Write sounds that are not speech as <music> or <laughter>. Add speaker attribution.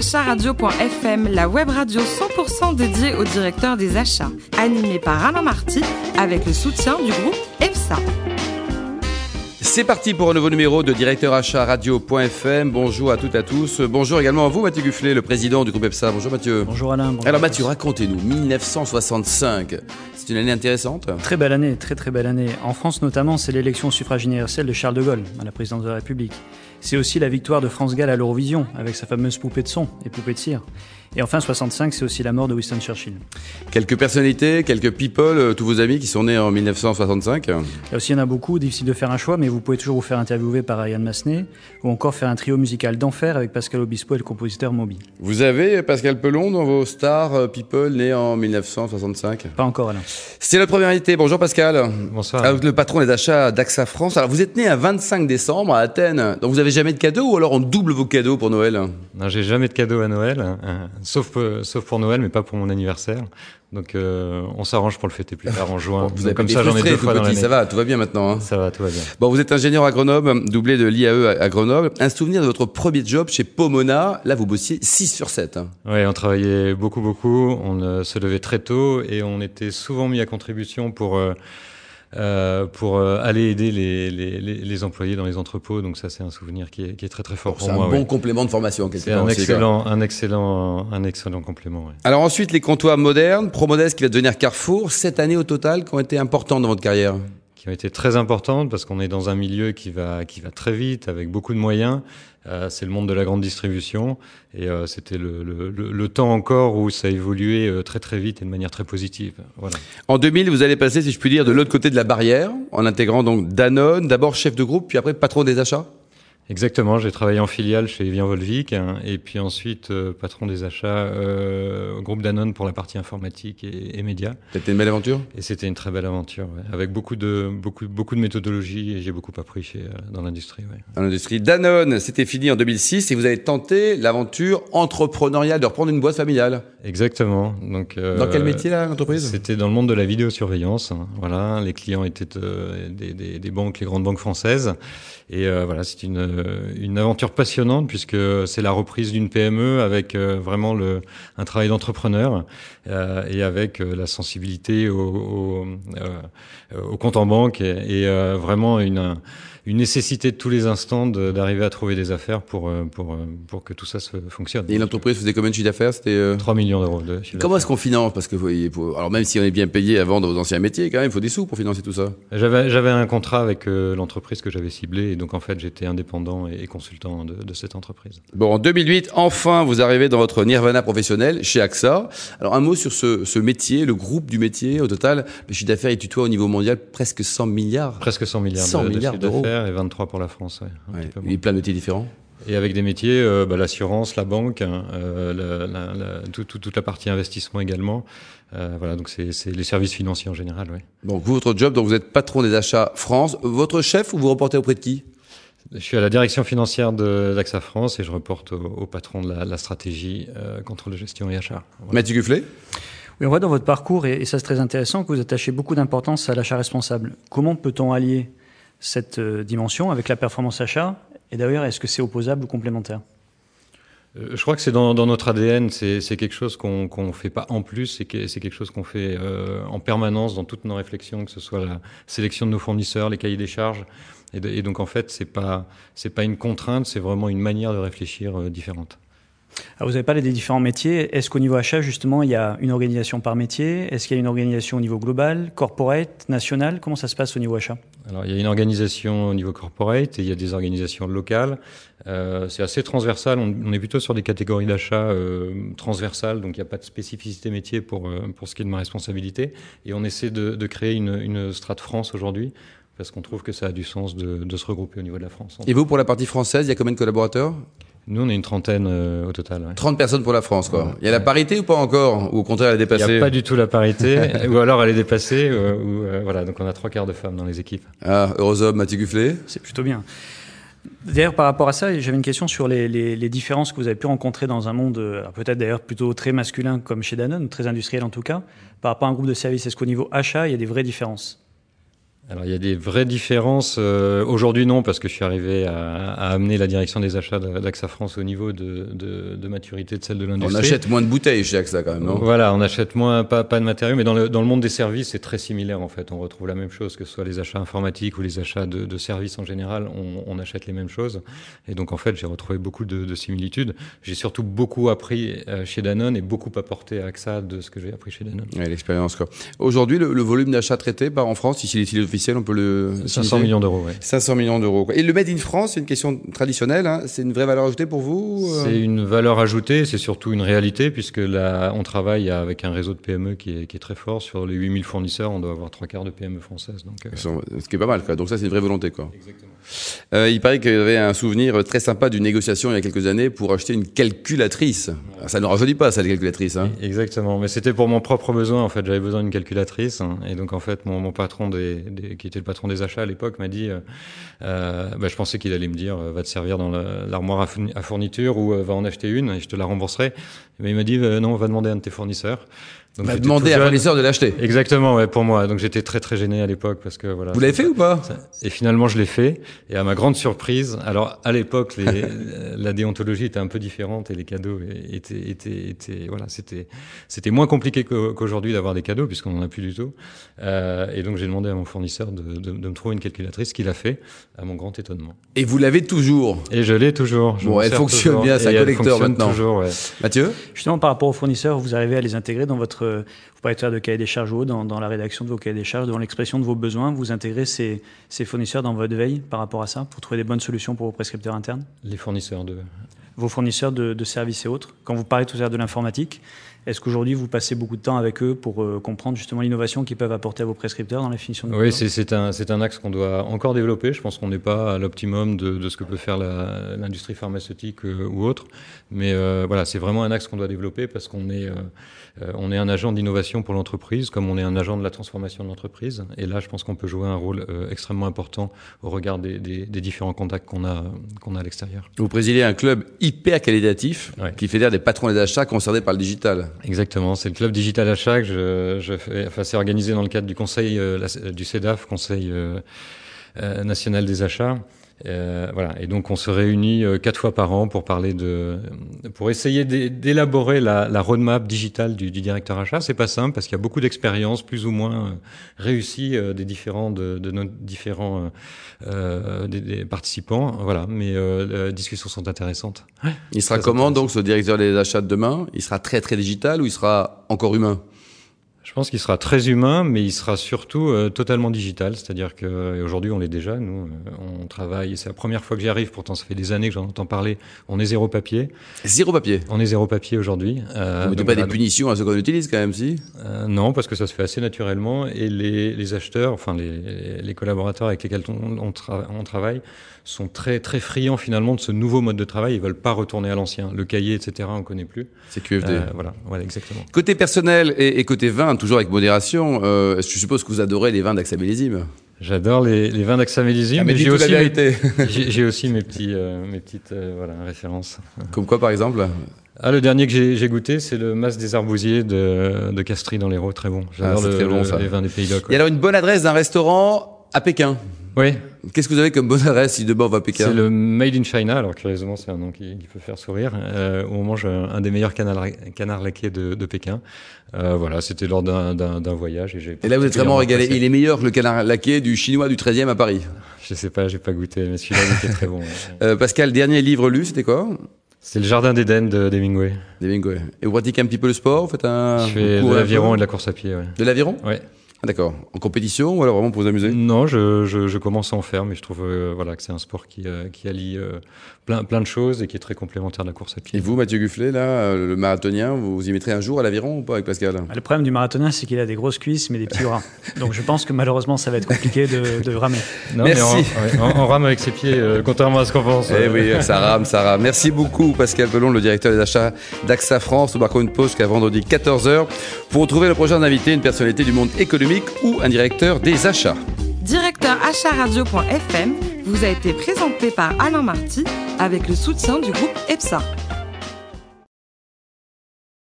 Speaker 1: directeurachat-radio.fm, la web radio 100% dédiée au directeur des achats, animée par Alain Marty avec le soutien du groupe EPSA.
Speaker 2: C'est parti pour un nouveau numéro de Directeur Achat Radio.fm. Bonjour à toutes et à tous. Bonjour également à vous, Mathieu Gufflet, le président du groupe EPSA. Bonjour Mathieu.
Speaker 3: Bonjour Alain. bonjour
Speaker 2: Alors
Speaker 3: à
Speaker 2: Mathieu,
Speaker 3: tous.
Speaker 2: racontez-nous, 1965, c'est une année intéressante
Speaker 3: Très belle année, très très belle année. En France notamment, c'est l'élection au suffrage universel de Charles de Gaulle à la présidence de la République. C'est aussi la victoire de France Gall à l'Eurovision avec sa fameuse poupée de son et poupée de cire. Et enfin 65, c'est aussi la mort de Winston Churchill.
Speaker 2: Quelques personnalités, quelques people, euh, tous vos amis qui sont nés en 1965.
Speaker 3: Là aussi, il y en a beaucoup, difficile de faire un choix, mais vous pouvez toujours vous faire interviewer par Ryan Massenet ou encore faire un trio musical d'enfer avec Pascal Obispo et le compositeur Moby.
Speaker 2: Vous avez Pascal Pelon dans vos stars euh, people nés en 1965
Speaker 3: Pas encore Alain.
Speaker 2: C'est notre première invité. Bonjour Pascal.
Speaker 4: Bonsoir.
Speaker 2: Avec le patron des achats d'AXA France. Alors vous êtes né un 25 décembre à Athènes, donc vous avez jamais de cadeaux ou alors on double vos cadeaux pour Noël
Speaker 4: Non, j'ai jamais de cadeau à Noël, euh, sauf, euh, sauf pour Noël, mais pas pour mon anniversaire. Donc, euh, on s'arrange pour le fêter plus
Speaker 2: <laughs>
Speaker 4: tard en juin.
Speaker 2: Vous
Speaker 4: Donc,
Speaker 2: avez
Speaker 4: comme
Speaker 2: été
Speaker 4: ça, j'en ai
Speaker 2: frustré,
Speaker 4: deux
Speaker 2: tout
Speaker 4: fois dans
Speaker 2: petit,
Speaker 4: l'année.
Speaker 2: ça va, tout va bien maintenant. hein.
Speaker 4: Ça va, tout va bien.
Speaker 2: Bon, vous êtes ingénieur agronome, doublé de l'IAE à à Grenoble. Un souvenir de votre premier job chez Pomona. Là, vous bossiez 6 sur 7. hein.
Speaker 4: Oui, on travaillait beaucoup, beaucoup. On euh, se levait très tôt et on était souvent mis à contribution pour euh, euh, pour euh, aller aider les, les, les, les employés dans les entrepôts. Donc ça, c'est un souvenir qui est, qui est très, très fort
Speaker 2: C'est
Speaker 4: pour
Speaker 2: un
Speaker 4: moi.
Speaker 2: bon
Speaker 4: ouais.
Speaker 2: complément de formation, en quelque
Speaker 4: C'est
Speaker 2: part.
Speaker 4: un
Speaker 2: aussi, quoi.
Speaker 4: excellent, un excellent, un excellent complément. ouais.
Speaker 2: Alors ensuite, les comptoirs modernes, Promodès qui va devenir Carrefour. Sept années au total qui ont été importantes dans votre carrière.
Speaker 4: qui ont été très importantes parce qu'on est dans un milieu qui va qui va très vite avec beaucoup de moyens. Euh, c'est le monde de la grande distribution et euh, c'était le, le, le, le temps encore où ça évoluait euh, très très vite et de manière très positive. Voilà.
Speaker 2: En 2000, vous allez passer, si je puis dire, de l'autre côté de la barrière, en intégrant donc Danone, d'abord chef de groupe, puis après patron des achats.
Speaker 4: Exactement, j'ai travaillé en filiale chez Evian Volvic hein, et puis ensuite euh, patron des achats euh, au groupe Danone pour la partie informatique et, et médias.
Speaker 2: C'était une belle aventure.
Speaker 4: Et c'était une très belle aventure ouais, avec beaucoup de beaucoup beaucoup de méthodologie et j'ai beaucoup appris chez, euh, dans l'industrie. ouais.
Speaker 2: Dans l'industrie Danone, c'était fini en 2006 et vous avez tenté l'aventure entrepreneuriale de reprendre une boîte familiale.
Speaker 4: Exactement. Donc euh,
Speaker 2: Dans quel métier là, l'entreprise
Speaker 4: C'était dans le monde de la vidéosurveillance. hein. Voilà, les clients étaient euh, des, des- des banques, les grandes banques françaises. Et euh, voilà, c'est une, euh, une aventure passionnante puisque c'est la reprise d'une PME avec euh, vraiment le, un travail d'entrepreneur euh, et avec euh, la sensibilité au, au, euh, au compte en banque et, et, euh, vraiment une, une nécessité de tous les instants de- d'arriver à trouver des affaires pour, euh, pour, euh, pour que tout ça se fonctionne.
Speaker 2: Et l'entreprise faisait combien de chiffre d'affaires C'était euh,
Speaker 4: 3 millions d'euros de chiffre
Speaker 2: Comment est-ce qu'on finance Parce que vous voyez, pour- alors même si on est bien payé à vendre vos anciens métiers, quand même, il faut des sous pour financer tout ça.
Speaker 4: J'avais, j'avais un contrat avec euh, l'entreprise que j'avais ciblée et donc en fait j'étais indépendant et, et consultant de, de cette entreprise.
Speaker 2: Bon, en 2008, enfin, vous arrivez dans votre nirvana professionnel chez AXA. Alors un mot sur ce, ce métier, le groupe du métier. Au total, le chiffre d'affaires est tutoie au niveau mondial presque 100 milliards.
Speaker 4: Presque 100 milliards, de-
Speaker 2: 100
Speaker 4: de,
Speaker 2: milliards
Speaker 4: chiffre
Speaker 2: d'euros.
Speaker 4: d'affaires et 23 pour la France. ouais, un
Speaker 2: Ouais,
Speaker 4: petit peu moins.
Speaker 2: et plein de métiers différents.
Speaker 4: Et avec des métiers, euh, bah, l'assurance, la banque, hein, euh, la- la- la- tout- tout- toute la partie investissement également. Euh, voilà, donc c'est, c'est les services financiers en général. Ouais.
Speaker 2: Donc vous, votre job, donc vous êtes patron des achats France. Votre chef, vous vous reportez auprès de qui
Speaker 4: Je suis à la direction financière de d'AXA France et je reporte au, au patron de la, la stratégie euh, contrôle de gestion et achat. Voilà.
Speaker 2: Mathieu Gufflet
Speaker 3: Oui, on voit dans votre parcours, et, et ça c'est très intéressant, que vous attachez beaucoup d'importance à l'achat responsable. Comment peut-on allier cette euh, dimension avec la performance achat Et d'ailleurs, est-ce que c'est opposable ou complémentaire
Speaker 4: Euh, Je crois que c'est dans, dans notre ADN, c'est c'est quelque chose qu'on qu'on fait pas en plus, c'est que- c'est quelque chose qu'on fait euh, en permanence dans toutes nos réflexions, que ce soit la sélection de nos fournisseurs, les cahiers des charges, et, de- et donc en fait c'est pas c'est pas une contrainte, c'est vraiment une manière de réfléchir euh, différente.
Speaker 3: Alors, Vous avez parlé des différents métiers. Est-ce qu'au niveau achat, justement, il y a une organisation par métier Est-ce qu'il y a une organisation au niveau global, corporate, national Comment ça se passe au niveau achat
Speaker 4: Alors, il y a une organisation au niveau corporate et il y a des organisations locales. Euh, c'est assez transversal. On, on est plutôt sur des catégories d'achat euh, transversales, donc il n'y a pas de spécificité métier pour, euh, pour ce qui est de ma responsabilité. Et on essaie de, de créer une, une strate France aujourd'hui parce qu'on trouve que ça a du sens de, de se regrouper au niveau de la France.
Speaker 2: Et vous, pour la partie française, il y a combien de collaborateurs
Speaker 4: Nous, on est une trentaine euh, au total. ouais.
Speaker 2: 30 personnes pour la France, quoi. Il y a la parité ou pas encore Ou au contraire, elle est dépassée
Speaker 4: Il n'y a pas du tout la parité, <laughs> ou alors elle est dépassée, euh, ou, euh, voilà, donc on a trois quarts de femmes dans les équipes.
Speaker 2: Ah, Eurozone, Mathieu Gufflet.
Speaker 3: C'est plutôt bien. D'ailleurs, par rapport à ça, j'avais une question sur les, les- les différences que vous avez pu rencontrer dans un monde, euh, alors peut-être d'ailleurs plutôt très masculin comme chez Danone, très industriel en tout cas, par rapport à un groupe de services. Est-ce qu'au niveau achat, il y a des vraies différences
Speaker 4: Alors il y a des vraies différences. Euh, Aujourd'hui non, parce que je suis arrivé à, à amener la direction des achats d'AXA France au niveau de, de, de maturité de celle de l'industrie.
Speaker 2: On achète moins de bouteilles chez AXA quand même, non
Speaker 4: Voilà, on achète moins, pas, pas de matériaux, mais dans le, dans le monde des services, c'est très similaire en fait. On retrouve la même chose, que ce soit les achats informatiques ou les achats de, de services en général, on, on achète les mêmes choses. Et donc en fait, j'ai retrouvé beaucoup de, de similitudes. J'ai surtout beaucoup appris euh, chez Danone et beaucoup apporté à AXA de ce que j'ai appris chez Danone.
Speaker 2: Ouais, L'expérience quoi. Aujourd'hui, le, le volume d'achats traités par en France, ici les officiel, on peut le
Speaker 4: 500 millions d'euros. Ouais.
Speaker 2: 500 millions d'euros. quoi. Et le Made in France, c'est une question traditionnelle. hein. C'est une vraie valeur ajoutée pour vous euh
Speaker 4: C'est une valeur ajoutée, c'est surtout une réalité, puisque là, on travaille avec un réseau de PME qui est, qui est très fort. Sur les 8000 fournisseurs, on doit avoir trois quarts de PME françaises. Donc, euh,
Speaker 2: Ils sont- Ce qui est pas mal. Quoi. Donc ça, c'est une vraie volonté. Quoi. Euh, il paraît qu'il y avait un souvenir très sympa d'une négociation il y a quelques années pour acheter une calculatrice. Ah, Ça ne rajeunit pas, ça, les calculatrices. Hein.
Speaker 4: Exactement, mais c'était pour mon propre besoin en fait. J'avais besoin d'une calculatrice hein. et donc en fait mon, mon patron des, des- qui était le patron des achats à l'époque m'a dit, euh, euh, bah, je pensais qu'il allait me dire euh, va te servir dans la- l'armoire à fourni- à fourniture ou euh, va en acheter une et je te la rembourserai. Mais il m'a dit euh, non, va demander à un de tes fournisseurs. Donc,
Speaker 2: va
Speaker 4: j'étais
Speaker 2: demander à
Speaker 4: tout jeune.
Speaker 2: fournisseur de l'acheter.
Speaker 4: Exactement, ouais, pour moi. Donc j'étais très très gêné à l'époque parce que voilà.
Speaker 2: Vous l'avez fait ou pas
Speaker 4: Et finalement, je l'ai fait. Et à ma grande surprise, alors à l'époque,
Speaker 2: <laughs>
Speaker 4: les- la déontologie était un peu différente et les cadeaux étaient, étaient, étaient voilà, c'était, c'était moins compliqué qu'au- qu'aujourd'hui d'avoir des cadeaux puisqu'on en a plus du tout. Euh, et donc j'ai demandé à mon fournisseur de, de, de me trouver une calculatrice qu'il a fait, à mon grand étonnement.
Speaker 2: Et vous l'avez toujours.
Speaker 4: Et je l'ai toujours. Je
Speaker 2: Bon,
Speaker 4: m'en
Speaker 2: elle
Speaker 4: sers
Speaker 2: fonctionne
Speaker 4: toujours.
Speaker 2: bien, c'est
Speaker 4: Et
Speaker 2: un
Speaker 4: elle
Speaker 2: collecteur
Speaker 4: fonctionne
Speaker 2: maintenant.
Speaker 4: Toujours, ouais.
Speaker 2: Mathieu
Speaker 3: Justement, par rapport aux fournisseurs, vous arrivez à les intégrer dans votre. euh, Vous parlez tout à l'heure de cahier des charges ou autre, dans, dans la rédaction de vos cahiers des charges, dans l'expression de vos besoins, vous intégrez ces, ces fournisseurs dans votre veille par rapport à ça pour trouver des bonnes solutions pour vos prescripteurs internes
Speaker 4: Les fournisseurs de.
Speaker 3: vos fournisseurs de, de services et autres. Quand vous parlez tout à l'heure de l'informatique, est-ce qu'aujourd'hui vous passez beaucoup de temps avec eux pour euh, comprendre justement l'innovation qu'ils peuvent apporter à vos prescripteurs dans la finition de vos
Speaker 4: Oui,
Speaker 3: plans
Speaker 4: c'est- c'est un, c'est un axe qu'on doit encore développer. Je pense qu'on n'est pas à l'optimum de, de ce que peut faire la- l'industrie pharmaceutique euh, ou autre. Mais euh, voilà, c'est vraiment un axe qu'on doit développer parce qu'on est, euh, euh, on est un agent d'innovation pour l'entreprise, comme on est un agent de la transformation de l'entreprise. Et là, je pense qu'on peut jouer un rôle euh, extrêmement important au regard des, des- des différents contacts qu'on a, qu'on a à l'extérieur.
Speaker 2: Vous présidez un club hyper qualitatif
Speaker 4: Ouais.
Speaker 2: qui fédère des patrons des achats concernés par le digital.
Speaker 4: Exactement, c'est le club digital achat que je, je fais. Enfin, c'est organisé dans le cadre du conseil euh, la- du CEDAF, Conseil euh, euh, national des achats. Euh, voilà, et donc on se réunit euh, quatre fois par an pour parler de, pour essayer d'é- d'élaborer la, la roadmap digitale du, du directeur achat. C'est pas simple parce qu'il y a beaucoup d'expériences plus ou moins euh, réussies euh, des différents de, de nos différents euh, euh, des, des participants. Voilà, mais euh, les discussions sont intéressantes.
Speaker 2: Il sera
Speaker 4: Très
Speaker 2: comment
Speaker 4: intéressant.
Speaker 2: donc ce directeur des achats de demain Il sera très très digital ou il sera encore humain
Speaker 4: Je pense qu'il sera très humain, mais il sera surtout euh, totalement digital. C'est-à-dire que et aujourd'hui, on l'est déjà. Nous, euh, on travaille. C'est la première fois que j'y arrive. Pourtant, ça fait des années que j'en entends parler. On est zéro papier.
Speaker 2: Zéro papier.
Speaker 4: On est zéro papier aujourd'hui.
Speaker 2: Vous
Speaker 4: Euh,
Speaker 2: mettez
Speaker 4: donc
Speaker 2: pas
Speaker 4: voilà,
Speaker 2: des punitions à ceux qu'on utilise quand même, si
Speaker 4: euh, non, parce que ça se fait assez naturellement et les, les acheteurs, enfin les, les collaborateurs avec lesquels on, on, tra- on travaille, sont très très friands finalement de ce nouveau mode de travail. Ils veulent pas retourner à l'ancien, le cahier, etc. On connaît plus.
Speaker 2: C'est QFD.
Speaker 4: Euh, voilà, voilà exactement.
Speaker 2: Côté personnel et, et côté vin, toujours avec modération, euh, je suppose que vous adorez les vins d'Axa Millésime.
Speaker 4: J'adore les, les vins d'Axa Mélisim,
Speaker 2: Ah, mais
Speaker 4: mais
Speaker 2: dis
Speaker 4: j'ai
Speaker 2: toute la
Speaker 4: aussi mes-
Speaker 2: vérité.
Speaker 4: J'ai j'ai aussi mes petits, euh, mes petites, euh, voilà, références.
Speaker 2: <laughs> Comme quoi, par exemple
Speaker 4: Ah, le dernier que j'ai- j'ai goûté, c'est le Mas des Arbousiers de, de Castries dans l'Hérault, très bon.
Speaker 2: Ah,
Speaker 4: J'adore
Speaker 2: c'est
Speaker 4: le-
Speaker 2: très bon,
Speaker 4: le-
Speaker 2: ça.
Speaker 4: les vins des Pays d'Oc.
Speaker 2: Et alors, une bonne adresse d'un restaurant à Pékin.
Speaker 4: Oui,
Speaker 2: Qu'est-ce que vous avez comme bonne adresse si demain on va à Pékin
Speaker 4: c'est le Made in China. Alors curieusement, c'est un nom qui, qui peut faire sourire. euh, où on mange un, un des meilleurs canards, canards laqués de, de Pékin. Euh, voilà, c'était lors d'un- d'un d'un voyage et j'ai.
Speaker 2: Et là, vous êtes
Speaker 4: particulièrement
Speaker 2: vraiment régalé.
Speaker 4: apprécié.
Speaker 2: Il est meilleur que le canard laqué du chinois du 13e à Paris.
Speaker 4: Je sais pas, j'ai pas goûté, mais celui-là il était très bon.
Speaker 2: <laughs> Euh, Pascal, dernier livre lu, c'était quoi
Speaker 4: C'est le Jardin d'Éden de d'Hemingway.
Speaker 2: Des Bingo. Et vous pratiquez un petit peu le sport Vous faites un.
Speaker 4: Je fais
Speaker 2: cours
Speaker 4: de
Speaker 2: un
Speaker 4: l'aviron
Speaker 2: peu
Speaker 4: et de la course à pied. Ouais.
Speaker 2: De l'aviron
Speaker 4: ouais.
Speaker 2: Ah, D'accord. En compétition ou alors vraiment pour vous amuser
Speaker 4: Euh, Non, je, je, je commence à en faire, mais je trouve euh, voilà, que c'est un sport qui, euh, qui allie euh, plein, plein de choses et qui est très complémentaire de la course à
Speaker 2: Et
Speaker 4: pied.
Speaker 2: vous, Mathieu Gufflet, là, euh, le marathonien, vous vous y mettrez un jour à l'aviron ou pas avec Pascal
Speaker 3: Ah, Le problème du marathonien, c'est qu'il a des grosses cuisses mais des petits
Speaker 4: <laughs>
Speaker 3: bras. Donc je pense que malheureusement, ça va être compliqué de, de ramer.
Speaker 4: Non,
Speaker 2: Merci.
Speaker 4: Mais on, ouais, on- on rame avec ses pieds, euh, contrairement à ce qu'on pense.
Speaker 2: Eh
Speaker 4: euh.
Speaker 2: oui, ça rame, ça rame. Merci beaucoup Pascal Pelon, le directeur des achats d'AXA France. Nous marquons une pause qu'à vendredi 14h pour retrouver le prochain invité, une personnalité du monde économique ou un directeur des achats.
Speaker 1: Directeur achatradio.fm vous a été présenté par Alain Marty avec le soutien du groupe EPSA.